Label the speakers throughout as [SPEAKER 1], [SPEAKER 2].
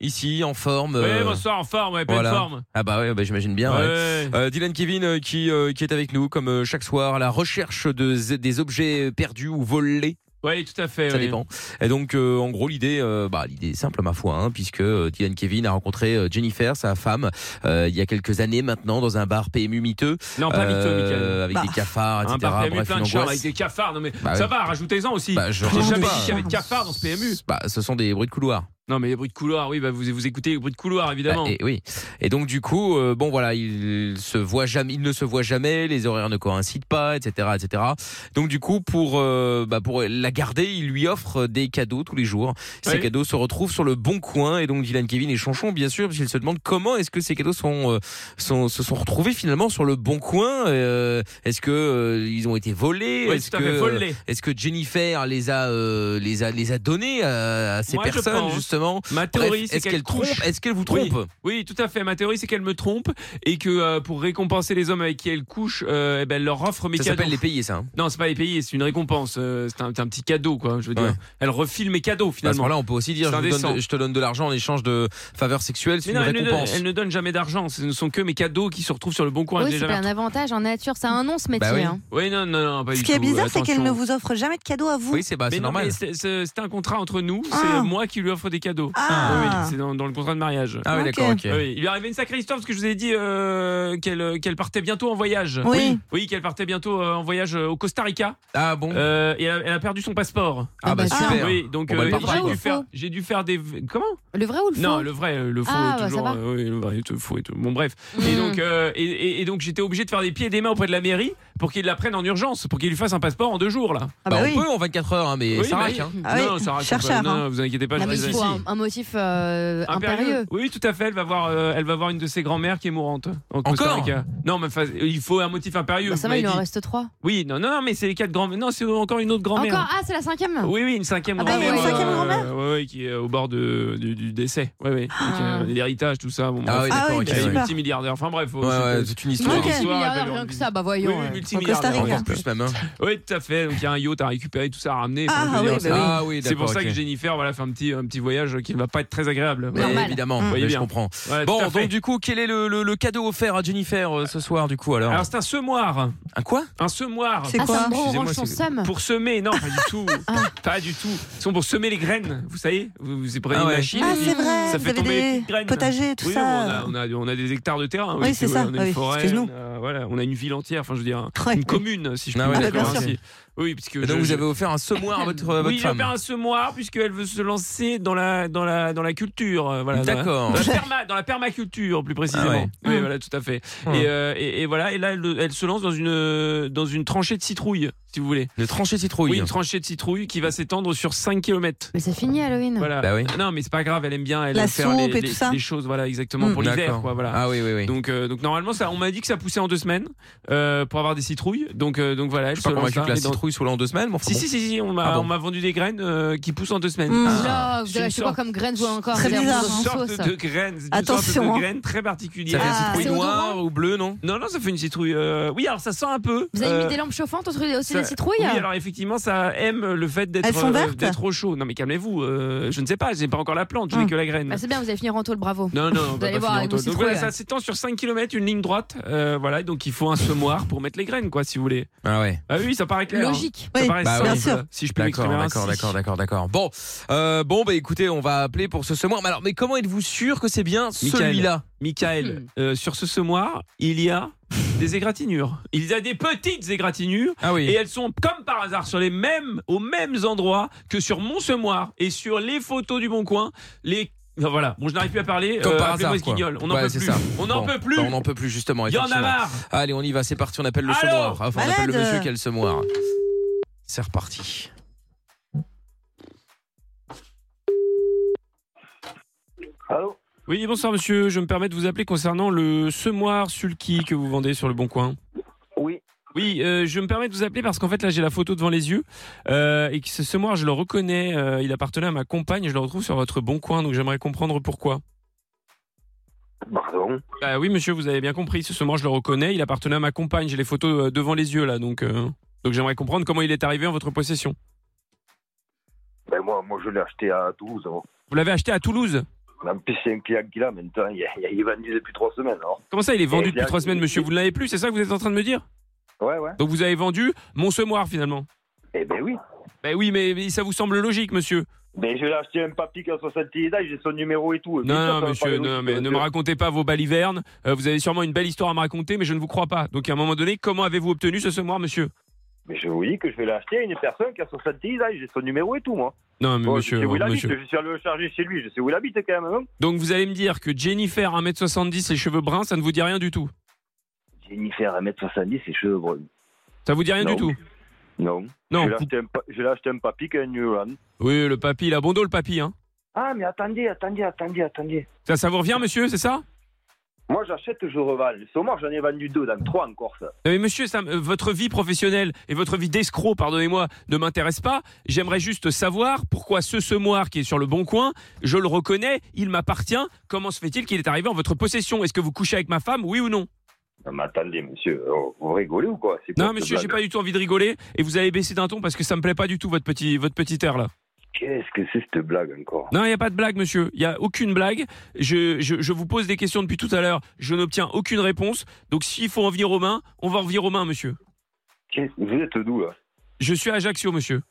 [SPEAKER 1] ici, en forme.
[SPEAKER 2] Ouais,
[SPEAKER 1] euh,
[SPEAKER 2] bonsoir, en forme, ouais, pleine
[SPEAKER 1] voilà.
[SPEAKER 2] forme.
[SPEAKER 1] Ah bah ouais, bah j'imagine bien. ouais.
[SPEAKER 2] Ouais.
[SPEAKER 1] Euh, Dylan Kevin euh, qui, euh, qui est avec nous comme euh, chaque soir à la recherche de, z- des objets euh, perdus ou volés,
[SPEAKER 2] Ouais, tout à fait.
[SPEAKER 1] ça
[SPEAKER 2] ouais.
[SPEAKER 1] dépend. Et donc euh, en gros l'idée, euh, bah, l'idée est simple ma foi, hein, puisque euh, Dylan Kevin a rencontré euh, Jennifer, sa femme, euh, il y a quelques années maintenant dans un bar PMU miteux,
[SPEAKER 2] Non, pas miteux,
[SPEAKER 1] euh,
[SPEAKER 2] Michael.
[SPEAKER 1] avec
[SPEAKER 2] Bah,
[SPEAKER 1] des cafards, etc.
[SPEAKER 2] Un parc PMU
[SPEAKER 1] bref,
[SPEAKER 2] plein
[SPEAKER 1] une
[SPEAKER 2] de chars
[SPEAKER 1] angoisse.
[SPEAKER 2] avec des cafards. Non, mais
[SPEAKER 1] Bah
[SPEAKER 2] ça
[SPEAKER 1] oui.
[SPEAKER 2] va, rajoutez-en aussi.
[SPEAKER 1] Bah, je
[SPEAKER 2] J'ai
[SPEAKER 1] rajoute
[SPEAKER 2] jamais
[SPEAKER 1] pas.
[SPEAKER 2] dit qu'il y avait de cafards dans ce PMU.
[SPEAKER 1] Bah, ce sont des bruits de couloir.
[SPEAKER 2] Non, mais les bruits de couloir, oui, bah, vous, vous écoutez les bruits de couloir, évidemment.
[SPEAKER 1] Bah, et oui. Et donc du coup, euh, bon voilà, il se voit jamais, il ne se voit jamais, les horaires ne coïncident pas, etc., etc. Donc du coup, pour euh, bah, pour la garder, il lui offre des cadeaux tous les jours. Ces
[SPEAKER 2] Oui.
[SPEAKER 1] cadeaux se retrouvent sur le bon coin, et donc Dylan, Kevin et Chanchon, bien sûr, parce qu'ils se demandent comment est-ce que ces cadeaux sont, euh, sont se sont retrouvés finalement sur le bon coin. Euh, est-ce que euh, ils ont été volés
[SPEAKER 2] Oui,
[SPEAKER 1] Est-ce
[SPEAKER 2] tout à fait,
[SPEAKER 1] que
[SPEAKER 2] faut le lait.
[SPEAKER 1] est-ce que Jennifer les a euh, les a les a donnés à, à ces
[SPEAKER 2] Moi, je
[SPEAKER 1] personnes
[SPEAKER 2] pense.
[SPEAKER 1] justement
[SPEAKER 2] Ma
[SPEAKER 1] Bref,
[SPEAKER 2] théorie, c'est
[SPEAKER 1] est-ce
[SPEAKER 2] qu'elle
[SPEAKER 1] qu'elle trompe
[SPEAKER 2] couche.
[SPEAKER 1] Est-ce qu'elle vous trompe
[SPEAKER 2] Oui, tout à fait. Ma théorie, c'est qu'elle me trompe et que euh, pour récompenser les hommes avec qui elle couche, euh, eh ben, elle leur offre mes
[SPEAKER 1] Ça
[SPEAKER 2] cadeaux.
[SPEAKER 1] s'appelle les payer, ça. hein.
[SPEAKER 2] Non, c'est pas les payer, c'est une récompense. euh, c'est un, c'est un petit cadeau, quoi. Je veux dire,
[SPEAKER 1] Ouais.
[SPEAKER 2] elle refile mes cadeaux
[SPEAKER 1] À ce
[SPEAKER 2] finalement.
[SPEAKER 1] moment-là, on peut aussi dire
[SPEAKER 2] C'est
[SPEAKER 1] je, vous donne
[SPEAKER 2] indécent.
[SPEAKER 1] de- je te donne de l'argent en échange de faveurs sexuelles, c'est
[SPEAKER 2] Mais
[SPEAKER 1] une
[SPEAKER 2] non, elle, ne donne,
[SPEAKER 1] récompense.
[SPEAKER 2] elle ne donne jamais d'argent. Ce ne sont que mes cadeaux qui se retrouvent sur le bon coin.
[SPEAKER 3] Oui,
[SPEAKER 2] Je l'ai
[SPEAKER 3] c'est
[SPEAKER 2] jamais
[SPEAKER 3] pas un avantage en nature, ça a un nom ce métier.
[SPEAKER 1] Bah oui.
[SPEAKER 3] hein.
[SPEAKER 2] Oui, non, non, non, pas
[SPEAKER 4] Ce
[SPEAKER 2] du
[SPEAKER 4] qui est
[SPEAKER 2] tout.
[SPEAKER 4] bizarre, c'est qu'elle
[SPEAKER 2] Attention.
[SPEAKER 4] ne vous offre jamais de cadeaux à vous.
[SPEAKER 1] Oui, c'est bah,
[SPEAKER 2] Mais
[SPEAKER 1] c'est
[SPEAKER 2] non,
[SPEAKER 1] normal.
[SPEAKER 2] mais c'est- c'est c'est un contrat entre nous. C'est
[SPEAKER 4] Ah.
[SPEAKER 2] moi qui lui offre des cadeaux.
[SPEAKER 4] Ah.
[SPEAKER 2] Oui, oui, c'est dans, dans le contrat de mariage.
[SPEAKER 1] Ah oui,
[SPEAKER 4] Ok.
[SPEAKER 1] d'accord, ok.
[SPEAKER 2] Oui, il lui est arrivé une sacrée histoire parce que je vous ai dit euh, qu'elle qu'elle partait bientôt en voyage.
[SPEAKER 4] Oui.
[SPEAKER 2] Oui, qu'elle partait bientôt euh, en voyage euh, au Costa Rica.
[SPEAKER 1] Ah bon
[SPEAKER 2] Euh, et elle a, elle a perdu son passeport.
[SPEAKER 1] Ah bah
[SPEAKER 3] bah,
[SPEAKER 4] ah,
[SPEAKER 1] super.
[SPEAKER 2] Oui, donc
[SPEAKER 1] Bon, bah,
[SPEAKER 2] euh,
[SPEAKER 1] le
[SPEAKER 3] vrai
[SPEAKER 2] j'ai
[SPEAKER 3] ou
[SPEAKER 2] dû
[SPEAKER 3] le
[SPEAKER 2] faire,
[SPEAKER 3] faux
[SPEAKER 2] j'ai dû faire des comment
[SPEAKER 3] Le vrai ou le faux
[SPEAKER 2] Non, le vrai, le faux,
[SPEAKER 3] Ah, bah,
[SPEAKER 2] toujours.
[SPEAKER 3] ça va.
[SPEAKER 2] euh, oui, le vrai, le faux et tout. Bon bref. Et
[SPEAKER 3] Hmm.
[SPEAKER 2] donc, euh, et, et- et donc j'étais obligé de faire des pieds et des mains auprès de la mairie pour qu'ils la prennent en urgence, pour qu'ils lui fassent un passeport en deux jours là.
[SPEAKER 4] Ah
[SPEAKER 1] Bah,
[SPEAKER 4] bah
[SPEAKER 1] on
[SPEAKER 4] oui.
[SPEAKER 1] peut en 24 heures, hein, mais
[SPEAKER 2] Oui,
[SPEAKER 1] ça
[SPEAKER 2] bah,
[SPEAKER 1] raque. hein.
[SPEAKER 4] Ah oui,
[SPEAKER 2] non, ça raconte pas.
[SPEAKER 4] chercheur,
[SPEAKER 2] Non,
[SPEAKER 4] hein.
[SPEAKER 2] non, vous inquiétez pas.
[SPEAKER 3] Ah,
[SPEAKER 2] je
[SPEAKER 3] mais
[SPEAKER 2] vais-
[SPEAKER 3] il faut un, un motif euh, impérieux.
[SPEAKER 2] Oui, tout à fait. Elle va voir, euh, elle va voir une de ses grands-mères qui est mourante. en Costa
[SPEAKER 1] Encore
[SPEAKER 2] Rica. Non, mais enfin, il faut un motif impérieux.
[SPEAKER 3] Bah, ça
[SPEAKER 2] vous
[SPEAKER 3] va, il
[SPEAKER 2] m'avez
[SPEAKER 3] en
[SPEAKER 2] dit.
[SPEAKER 3] reste trois.
[SPEAKER 2] Oui, non, non, non, mais c'est les quatre grands. Non, c'est encore une autre grand-mère.
[SPEAKER 3] Encore Ah, c'est la cinquième
[SPEAKER 2] Oui, oui, une cinquième
[SPEAKER 4] Ah bah,
[SPEAKER 2] grand-mère.
[SPEAKER 3] il y a une
[SPEAKER 4] cinquième
[SPEAKER 2] euh,
[SPEAKER 4] grand-mère
[SPEAKER 2] ouais, ouais, qui est au bord de, du, du décès. Ouais, ouais.
[SPEAKER 3] Ah.
[SPEAKER 2] Donc, euh, L'héritage, tout ça. Bon,
[SPEAKER 1] Ah
[SPEAKER 2] bref.
[SPEAKER 1] oui,
[SPEAKER 4] Ah
[SPEAKER 1] d'accord,
[SPEAKER 4] oui,
[SPEAKER 1] ok.
[SPEAKER 2] Elle est
[SPEAKER 4] super.
[SPEAKER 2] multimilliardaire. Enfin bref. euh,
[SPEAKER 1] Ouais, ouais, toute une histoire.
[SPEAKER 4] Ok.
[SPEAKER 3] Multi-
[SPEAKER 2] Histoire,
[SPEAKER 3] milliardaire,
[SPEAKER 2] belle
[SPEAKER 3] rien que
[SPEAKER 2] vie.
[SPEAKER 3] ça, bah
[SPEAKER 2] Oui,
[SPEAKER 3] voyons.
[SPEAKER 2] oui,
[SPEAKER 3] ouais.
[SPEAKER 2] multimilliardaire.
[SPEAKER 4] Rica.
[SPEAKER 1] Encore plus même. hein.
[SPEAKER 2] Oui, tout à fait. Donc il y a un yacht à récupérer, tout ça à ramener.
[SPEAKER 4] Ah,
[SPEAKER 2] Enfin, je veux
[SPEAKER 4] oui,
[SPEAKER 2] dire,
[SPEAKER 4] bah
[SPEAKER 2] c'est-
[SPEAKER 1] Ah oui,
[SPEAKER 2] C'est
[SPEAKER 1] d'accord.
[SPEAKER 2] pour ça
[SPEAKER 1] ok.
[SPEAKER 2] que Jennifer voilà, fait un petit, un petit voyage qui ne va pas être très agréable.
[SPEAKER 1] Mais
[SPEAKER 2] Voilà.
[SPEAKER 3] Normal.
[SPEAKER 1] évidemment,
[SPEAKER 4] Mm.
[SPEAKER 1] mais
[SPEAKER 2] Voyez
[SPEAKER 1] je
[SPEAKER 2] bien.
[SPEAKER 1] comprends.
[SPEAKER 2] Voilà, tout
[SPEAKER 1] Bon,
[SPEAKER 2] à fait.
[SPEAKER 1] donc du coup, quel est le, le- le cadeau offert à Jennifer euh, ce soir, du coup, alors,
[SPEAKER 2] Alors c'est un semoir.
[SPEAKER 1] Un quoi
[SPEAKER 2] Un semoir.
[SPEAKER 4] C'est
[SPEAKER 3] Ah,
[SPEAKER 4] quoi
[SPEAKER 3] ça me
[SPEAKER 1] Excusez-moi,
[SPEAKER 3] orange son
[SPEAKER 1] c'est-
[SPEAKER 3] somme.
[SPEAKER 2] Pour semer, non, pas du tout.
[SPEAKER 3] Ah.
[SPEAKER 2] Pas du tout. Ils sont pour semer les graines, vous savez Vous, vous prenez
[SPEAKER 1] Ah ouais.
[SPEAKER 2] une machine.
[SPEAKER 4] Ah,
[SPEAKER 2] et puis-
[SPEAKER 4] c'est vrai,
[SPEAKER 2] ça
[SPEAKER 4] vous
[SPEAKER 2] fait
[SPEAKER 4] avez
[SPEAKER 2] tomber les
[SPEAKER 4] des
[SPEAKER 2] petites graines.
[SPEAKER 4] potagers, tout
[SPEAKER 2] oui,
[SPEAKER 4] ça. euh,
[SPEAKER 2] on a, on a- on a des hectares de terrain.
[SPEAKER 4] Oui, c'est ça.
[SPEAKER 2] On a une
[SPEAKER 4] Ah oui,
[SPEAKER 2] forêt.
[SPEAKER 4] excuse-nous.
[SPEAKER 2] On a, voilà, on a une ville entière. Enfin, je veux dire, un-
[SPEAKER 4] Ouais.
[SPEAKER 2] une commune, si je
[SPEAKER 1] Ah
[SPEAKER 2] puis
[SPEAKER 1] ouais,
[SPEAKER 2] dire
[SPEAKER 4] d'accord,
[SPEAKER 2] ainsi.
[SPEAKER 1] ok.
[SPEAKER 2] Oui, puisque
[SPEAKER 1] Et
[SPEAKER 2] je-
[SPEAKER 1] Donc vous
[SPEAKER 2] je-
[SPEAKER 1] avez offert un semoir à votre, à votre
[SPEAKER 2] oui, j'ai
[SPEAKER 1] femme.
[SPEAKER 2] fait un semoir puisqu'elle veut se lancer dans la dans la dans la culture, euh, voilà. dans la-
[SPEAKER 1] D'accord.
[SPEAKER 2] Dans la, perma- dans la permaculture, plus précisément.
[SPEAKER 1] Ah ouais.
[SPEAKER 2] Oui,
[SPEAKER 4] Mm.
[SPEAKER 2] voilà, tout à fait.
[SPEAKER 1] Mm.
[SPEAKER 2] Et, euh, et- et voilà, et là, elle, elle se lance dans une euh, dans une tranchée de citrouille, si vous voulez.
[SPEAKER 1] Le tranché
[SPEAKER 2] Oui,
[SPEAKER 1] citrouille.
[SPEAKER 2] une tranchée de citrouille qui va s'étendre sur 5 km
[SPEAKER 3] Mais c'est fini Halloween.
[SPEAKER 2] Voilà.
[SPEAKER 1] Bah oui.
[SPEAKER 2] Non, mais c'est pas grave, elle aime bien, elle
[SPEAKER 4] Ah. La
[SPEAKER 2] aime faire les,
[SPEAKER 4] soupe et
[SPEAKER 2] les-
[SPEAKER 4] tout ça.
[SPEAKER 2] les choses, voilà, exactement
[SPEAKER 4] Mm.
[SPEAKER 2] pour l'hiver,
[SPEAKER 1] D'accord.
[SPEAKER 2] quoi, voilà.
[SPEAKER 1] Ah oui, oui, oui.
[SPEAKER 2] Donc, euh, donc normalement, ça, on m'a dit que ça poussait en deux semaines euh, pour avoir des citrouilles. Donc, euh, donc voilà, elle
[SPEAKER 1] Je suis pas
[SPEAKER 2] se lance
[SPEAKER 1] convaincu
[SPEAKER 2] là,
[SPEAKER 1] que la
[SPEAKER 2] mais dans-
[SPEAKER 1] citrouille soit là en deux semaines, mais enfin
[SPEAKER 2] Si,
[SPEAKER 1] bon.
[SPEAKER 2] si, si, si, on m'a
[SPEAKER 1] Ah bon
[SPEAKER 2] on m'a vendu des graines euh, qui poussent en deux semaines.
[SPEAKER 4] Mm.
[SPEAKER 3] Là, vous
[SPEAKER 2] C'est une
[SPEAKER 3] avez acheté quoi
[SPEAKER 2] sorte-
[SPEAKER 3] comme graines vous encore
[SPEAKER 4] C'est
[SPEAKER 3] Vous avez
[SPEAKER 4] bizarre.
[SPEAKER 2] une
[SPEAKER 3] un bon
[SPEAKER 2] sorte
[SPEAKER 3] sauce.
[SPEAKER 2] de graines, c'est une
[SPEAKER 4] Attention,
[SPEAKER 2] sorte
[SPEAKER 4] hein.
[SPEAKER 2] de graines très particulière.
[SPEAKER 1] Ça fait
[SPEAKER 4] Ah,
[SPEAKER 1] une citrouille
[SPEAKER 3] c'est odorant.
[SPEAKER 1] noire ou bleue, non
[SPEAKER 2] Non, non, ça fait une citrouille. euh, Oui, alors ça sent un peu.
[SPEAKER 3] Vous avez
[SPEAKER 2] euh,
[SPEAKER 3] mis des lampes chauffantes entre les- aussi
[SPEAKER 2] ça-
[SPEAKER 3] des citrouilles
[SPEAKER 2] Oui, alors effectivement, ça aime le fait d'être
[SPEAKER 4] hein
[SPEAKER 2] euh,
[SPEAKER 4] Elles sont vertes
[SPEAKER 2] d'être au chaud. Non, mais calmez-vous. euh, je ne sais pas, j'ai pas encore la plante, je
[SPEAKER 4] Ah.
[SPEAKER 2] n'ai que la graine.
[SPEAKER 3] Bah, C'est bien, vous allez finir en tôle, bravo.
[SPEAKER 2] Non, non, on va
[SPEAKER 3] allez
[SPEAKER 2] pas
[SPEAKER 3] voir
[SPEAKER 2] finir en tôle.
[SPEAKER 3] avec vos
[SPEAKER 2] Donc
[SPEAKER 3] citrouilles,
[SPEAKER 2] voilà, ça
[SPEAKER 4] hein.
[SPEAKER 3] ouais.
[SPEAKER 2] s'étend sur 5 km, une ligne droite. euh, voilà, donc il faut un semoir pour mettre les graines, quoi, si vous voulez.
[SPEAKER 1] Ah ouais.
[SPEAKER 2] Ah oui, ça paraît clair. hein.
[SPEAKER 3] Logique.
[SPEAKER 2] Ça
[SPEAKER 4] Oui,
[SPEAKER 2] paraît
[SPEAKER 1] Bah
[SPEAKER 2] simple,
[SPEAKER 4] bien sûr.
[SPEAKER 2] Si je peux
[SPEAKER 1] D'accord,
[SPEAKER 2] m'exprimer
[SPEAKER 1] d'accord,
[SPEAKER 2] ainsi.
[SPEAKER 1] d'accord, d'accord, d'accord. Bon, euh, bon, bah écoutez, on va appeler pour ce semoir. Mais alors, mais comment êtes-vous sûr que c'est bien
[SPEAKER 2] Michael.
[SPEAKER 1] celui-là
[SPEAKER 4] Hmm.
[SPEAKER 2] Michael, euh, sur ce semoir, il y a des égratignures. Il y a des petites égratignures.
[SPEAKER 1] Ah oui.
[SPEAKER 2] Et elles sont comme par hasard sur les mêmes, aux mêmes endroits que sur mon semoir et sur les photos du Bon Coin. Les Enfin, voilà, bon, je n'arrive plus à parler.
[SPEAKER 1] Comme par
[SPEAKER 2] Euh, appelez-moi
[SPEAKER 1] hasard,
[SPEAKER 2] ce
[SPEAKER 1] quoi.
[SPEAKER 2] guignol. On n'en
[SPEAKER 1] Ouais,
[SPEAKER 2] peut
[SPEAKER 1] c'est
[SPEAKER 2] plus.
[SPEAKER 1] ça.
[SPEAKER 2] On n'en
[SPEAKER 1] Bon,
[SPEAKER 2] peut plus.
[SPEAKER 1] bah, on n'en peut plus justement.
[SPEAKER 2] Il y en a
[SPEAKER 1] effectivement.
[SPEAKER 2] marre.
[SPEAKER 1] Allez, on y va. C'est parti. On appelle le
[SPEAKER 2] Alors
[SPEAKER 1] semoir. Enfin, on appelle le
[SPEAKER 4] Malade.
[SPEAKER 1] monsieur qui a le semoir. C'est reparti.
[SPEAKER 5] Allô
[SPEAKER 2] Oui, bonsoir monsieur. Je me permets de vous appeler concernant le semoir sulky que vous vendez sur le Bon Coin.
[SPEAKER 5] Oui,
[SPEAKER 2] Oui, euh, je me permets de vous appeler parce qu'en fait, là, j'ai la photo devant les yeux. euh, et que ce semoir, je le reconnais. euh, il appartenait à ma compagne. Je le retrouve sur votre bon coin. Donc, j'aimerais comprendre pourquoi.
[SPEAKER 4] Pardon
[SPEAKER 2] Bah oui, monsieur, vous avez bien compris. Ce semoir, je le reconnais. Il appartenait à ma compagne. J'ai les photos euh, devant les yeux, là. Donc, euh, donc j'aimerais comprendre comment il est arrivé en votre possession.
[SPEAKER 4] ben moi, moi, je l'ai acheté à Toulouse. hein.
[SPEAKER 2] Vous l'avez acheté à Toulouse.
[SPEAKER 4] En plus, c'est un client qui l'a maintenant. Il, il- il est vendu depuis trois semaines. Alors.
[SPEAKER 2] Comment ça, il est vendu
[SPEAKER 4] Eh bien,
[SPEAKER 2] depuis trois semaines, monsieur Vous ne l'avez plus, c'est ça que vous êtes en train de me dire
[SPEAKER 4] Ouais, ouais.
[SPEAKER 2] Donc, vous avez vendu mon semoir, finalement.
[SPEAKER 4] Eh ben oui.
[SPEAKER 2] Bah oui, mais, mais ça vous semble logique, monsieur
[SPEAKER 4] Mais je l'ai acheté à un papy qui a 70 ans, j'ai son numéro et
[SPEAKER 2] Non,
[SPEAKER 4] tout. Mais ça,
[SPEAKER 2] non,
[SPEAKER 4] ça va
[SPEAKER 2] monsieur,
[SPEAKER 4] pas
[SPEAKER 2] non,
[SPEAKER 4] logique,
[SPEAKER 2] mais ne me
[SPEAKER 4] monsieur.
[SPEAKER 2] racontez pas vos balivernes. Euh, vous avez sûrement une belle histoire à me raconter, mais je ne vous crois pas. Donc, à un moment donné, comment avez-vous obtenu ce semoir, monsieur
[SPEAKER 4] Mais je vous dis que je vais l'acheter à une personne qui a 70 ans, j'ai son numéro et tout, moi.
[SPEAKER 2] Non, mais
[SPEAKER 4] Bon,
[SPEAKER 2] monsieur,
[SPEAKER 4] je sais où il
[SPEAKER 2] monsieur.
[SPEAKER 4] habite, je suis allé le charger chez lui, je sais où il habite quand même. hein.
[SPEAKER 2] Donc, vous allez me dire que Jennifer, 1m70, les cheveux bruns, ça ne vous dit rien du tout
[SPEAKER 4] Jennifer, 1m70, ses cheveux bruns.
[SPEAKER 2] Ça vous dit rien
[SPEAKER 4] Non.
[SPEAKER 2] du tout
[SPEAKER 4] Non.
[SPEAKER 2] Non.
[SPEAKER 4] Je l'ai
[SPEAKER 2] vous-
[SPEAKER 4] acheté un pa- je l'ai acheté à un papy qui a un New Holland.
[SPEAKER 2] Oui, le papy, il a bon dos, le papy, hein.
[SPEAKER 4] Ah, mais attendez, attendez, attendez, attendez.
[SPEAKER 2] Ça, ça vous revient, monsieur, c'est ça
[SPEAKER 4] Moi, j'achète, je revends. Le saumon, j'en ai vendu deux, dans trois encore, ça.
[SPEAKER 2] Non mais monsieur, ça m- euh, votre vie professionnelle et votre vie d'escroc, pardonnez-moi, ne m'intéresse pas. J'aimerais juste savoir pourquoi ce semoir qui est sur le bon coin, je le reconnais, il m'appartient. Comment se fait-il qu'il est arrivé en votre possession Est-ce que vous couchez avec ma femme, oui ou non
[SPEAKER 4] Non, mais attendez, monsieur, oh, vous rigolez ou quoi C'est quoi
[SPEAKER 2] Non
[SPEAKER 4] cette
[SPEAKER 2] monsieur, j'ai
[SPEAKER 4] blague
[SPEAKER 2] pas du tout envie de rigoler et vous allez baisser d'un ton parce que ça me plaît pas du tout votre petit votre petite air là.
[SPEAKER 4] Qu'est-ce que c'est cette blague encore
[SPEAKER 2] Non, il n'y a pas de blague, monsieur. Il n'y a aucune blague. Je, je, je vous pose des questions depuis tout à l'heure. Je n'obtiens aucune réponse. Donc, s'il faut en venir aux mains, on va en venir aux mains, monsieur.
[SPEAKER 4] Qu'est-ce- Vous êtes d'où, là
[SPEAKER 2] Je suis à Ajaccio, monsieur.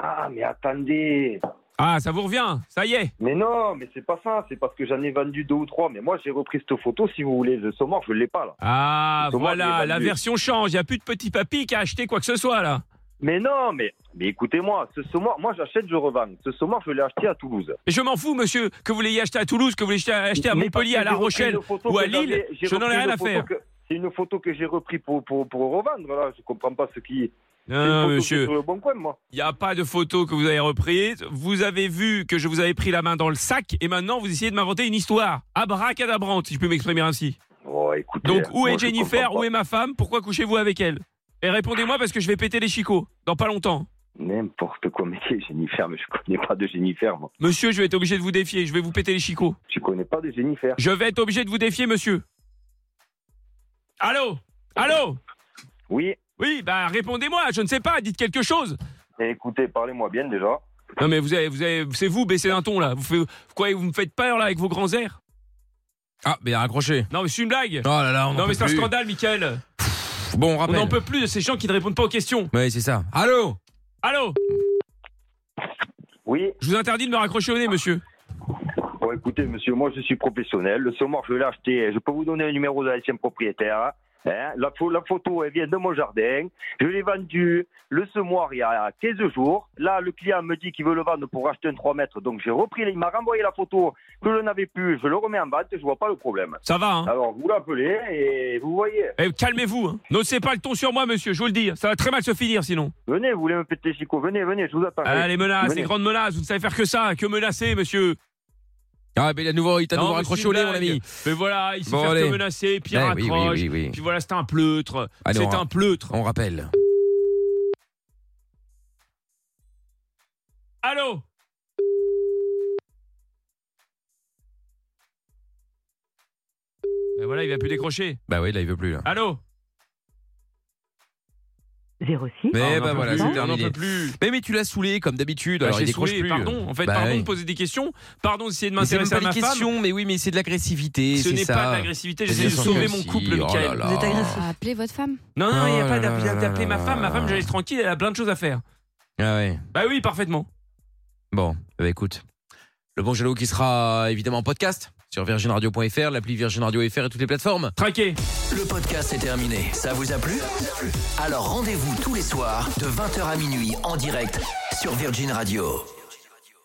[SPEAKER 4] Ah, mais attendez
[SPEAKER 2] Ah, ça vous revient Ça y est
[SPEAKER 4] Mais non, mais c'est pas ça, c'est parce que j'en ai vendu deux ou trois. Mais moi, j'ai repris cette photo, si vous voulez, le saumon, je l'ai pas, là.
[SPEAKER 2] Ah,
[SPEAKER 4] Comment
[SPEAKER 2] voilà,
[SPEAKER 4] l'évaluer
[SPEAKER 2] la version change. Il n'y a plus de petit papy qui a acheté quoi que ce soit, là.
[SPEAKER 4] Mais non, mais, mais écoutez-moi, ce saumon, moi, j'achète, je revends. Ce saumon, je l'ai acheté à Toulouse.
[SPEAKER 2] Mais je m'en fous, monsieur, que vous l'ayez acheté à Toulouse, que vous l'ayez acheté à
[SPEAKER 4] Mais
[SPEAKER 2] Montpellier,
[SPEAKER 4] parce que
[SPEAKER 2] à La
[SPEAKER 4] j'ai repris
[SPEAKER 2] Rochelle.
[SPEAKER 4] une photo
[SPEAKER 2] ou à
[SPEAKER 4] que j'avais-
[SPEAKER 2] Lille,
[SPEAKER 4] j'ai
[SPEAKER 2] je n'en ai
[SPEAKER 4] repris
[SPEAKER 2] rien
[SPEAKER 4] une
[SPEAKER 2] à
[SPEAKER 4] photo
[SPEAKER 2] faire.
[SPEAKER 4] que- C'est une photo que j'ai repris pour, pour, pour revendre, là. Je comprends pas ce qui.
[SPEAKER 2] Non,
[SPEAKER 4] C'est une
[SPEAKER 2] non,
[SPEAKER 4] photo qui est
[SPEAKER 2] monsieur,
[SPEAKER 4] Sur le bon coin, moi.
[SPEAKER 2] il n'y a pas de photo que vous avez reprise. Vous avez vu que je vous avais pris la main dans le sac et maintenant vous essayez de m'inventer une histoire. Abracadabrante, si je peux m'exprimer ainsi.
[SPEAKER 4] Oh, écoutez,
[SPEAKER 2] Donc, où
[SPEAKER 4] moi,
[SPEAKER 2] est
[SPEAKER 4] je
[SPEAKER 2] Jennifer
[SPEAKER 4] comprends
[SPEAKER 2] Où
[SPEAKER 4] pas.
[SPEAKER 2] est ma femme Pourquoi couchez-vous avec elle Et répondez-moi parce que je vais péter les chicots dans pas longtemps.
[SPEAKER 4] N'importe quoi, mais qui est Jennifer Mais je connais pas de Jennifer, moi.
[SPEAKER 2] Monsieur, je vais être obligé de vous défier. Je vais vous péter les chicots.
[SPEAKER 4] Je connais pas de Jennifer.
[SPEAKER 2] Je vais être obligé de vous défier, monsieur. Allô Allô
[SPEAKER 4] Oui,
[SPEAKER 2] Oui, bah répondez-moi, je ne sais pas, dites quelque chose.
[SPEAKER 4] Eh, écoutez, parlez-moi bien déjà.
[SPEAKER 2] Non mais vous avez, vous avez, c'est vous, baissez d'un ton là. Vous, faites, vous croyez que vous me faites peur là avec vos grands airs
[SPEAKER 1] Ah, mais raccroché.
[SPEAKER 2] Non mais c'est une blague
[SPEAKER 1] Oh là là, on en
[SPEAKER 2] Non mais
[SPEAKER 1] peut
[SPEAKER 2] c'est un
[SPEAKER 1] plus.
[SPEAKER 2] scandale, Michael.
[SPEAKER 1] Bon, on
[SPEAKER 2] On
[SPEAKER 1] rappelle.
[SPEAKER 2] n'en peut plus de ces gens qui ne répondent pas aux questions.
[SPEAKER 1] Oui, c'est ça. Allô
[SPEAKER 2] Allô
[SPEAKER 4] Oui,
[SPEAKER 2] Je vous interdis de me raccrocher au nez, monsieur.
[SPEAKER 4] bon, écoutez, monsieur, moi je suis professionnel. Le saumon, je l'ai acheté. Je peux vous donner le numéro de l'ancien propriétaire. Hein, la, pho- la photo, elle vient de mon jardin. Je l'ai vendu le semoir il y a 15 jours. Là, le client me dit qu'il veut le vendre pour acheter un 3 mètres. Donc, j'ai repris, il m'a renvoyé la photo que je n'avais plus. Je le remets en vente. Je vois pas le problème.
[SPEAKER 2] Ça va, hein
[SPEAKER 4] Alors, vous l'appelez et vous voyez.
[SPEAKER 2] Eh, Calmez-vous, hein. N'osez pas le ton sur moi, monsieur, je vous le dis. Ça va très mal se finir sinon.
[SPEAKER 4] Venez, vous voulez me péter Chico Venez, venez, je vous attends.
[SPEAKER 2] Ah, les menaces, les
[SPEAKER 4] Venez.
[SPEAKER 2] grandes menaces, vous ne savez faire que ça, que menacer, monsieur.
[SPEAKER 1] Ah, mais il a nouveau, il t'a
[SPEAKER 2] Non,
[SPEAKER 1] nouveau
[SPEAKER 2] mais
[SPEAKER 1] raccroché
[SPEAKER 2] c'est
[SPEAKER 1] au
[SPEAKER 2] une
[SPEAKER 1] nez, mon
[SPEAKER 2] blague.
[SPEAKER 1] ami.
[SPEAKER 2] Mais voilà, il sait
[SPEAKER 1] Bon,
[SPEAKER 2] faire que
[SPEAKER 1] allez.
[SPEAKER 2] menacer, pire
[SPEAKER 1] Eh, oui, oui,
[SPEAKER 2] accroche.
[SPEAKER 1] oui, oui.
[SPEAKER 2] Puis voilà, c'est un pleutre.
[SPEAKER 1] Allez, on
[SPEAKER 2] C'est
[SPEAKER 1] ra-
[SPEAKER 2] un pleutre.
[SPEAKER 1] On rappelle.
[SPEAKER 2] Allô Ben voilà, il va plus décrocher.
[SPEAKER 1] Bah oui, là, il veut plus. Là.
[SPEAKER 2] Allô
[SPEAKER 5] 06.
[SPEAKER 2] Ah,
[SPEAKER 1] Mais
[SPEAKER 2] on en
[SPEAKER 1] bah
[SPEAKER 2] peut
[SPEAKER 1] voilà,
[SPEAKER 2] plus,
[SPEAKER 1] c'est
[SPEAKER 2] on n'en peut
[SPEAKER 1] terminé.
[SPEAKER 2] plus.
[SPEAKER 1] Mais, mais tu l'as saoulé comme d'habitude,
[SPEAKER 2] Bah,
[SPEAKER 1] alors
[SPEAKER 2] j'ai
[SPEAKER 1] il décroche
[SPEAKER 2] saoulé,
[SPEAKER 1] plus.
[SPEAKER 2] pardon. En fait,
[SPEAKER 1] Bah
[SPEAKER 2] pardon
[SPEAKER 1] oui.
[SPEAKER 2] de poser des questions, pardon d'essayer de
[SPEAKER 1] Mais c'est même
[SPEAKER 2] m'intéresser
[SPEAKER 1] pas
[SPEAKER 2] à
[SPEAKER 1] des
[SPEAKER 2] ma femme.
[SPEAKER 1] questions, mais oui, mais c'est de l'agressivité,
[SPEAKER 2] Ce
[SPEAKER 1] c'est
[SPEAKER 2] n'est
[SPEAKER 1] ça.
[SPEAKER 2] pas de l'agressivité, j'essaie
[SPEAKER 1] Bien
[SPEAKER 2] de
[SPEAKER 1] sûr
[SPEAKER 2] sauver
[SPEAKER 1] que
[SPEAKER 2] mon
[SPEAKER 1] si,
[SPEAKER 2] couple,
[SPEAKER 1] oh là
[SPEAKER 2] Michael.
[SPEAKER 1] là.
[SPEAKER 5] Vous êtes agressif.
[SPEAKER 3] Ah, Appelez votre femme.
[SPEAKER 2] Non, non, il n'y a
[SPEAKER 1] Oh
[SPEAKER 2] pas
[SPEAKER 1] là là
[SPEAKER 2] d'app-
[SPEAKER 1] là
[SPEAKER 2] d'appeler
[SPEAKER 1] là
[SPEAKER 2] ma femme. Ma
[SPEAKER 1] là
[SPEAKER 2] femme,
[SPEAKER 1] là.
[SPEAKER 2] je la laisse tranquille, elle a plein de choses à faire.
[SPEAKER 1] Ah ouais.
[SPEAKER 2] Bah oui, parfaitement.
[SPEAKER 1] Bon, bah écoute. Le bon jaloux qui sera évidemment en podcast sur virginradio.fr, l'appli Virgin Radio FR et toutes les plateformes.
[SPEAKER 2] Traqué.
[SPEAKER 6] Le podcast est terminé. Ça vous a plu Alors rendez-vous tous les soirs de 20h à minuit en direct sur Virgin Radio.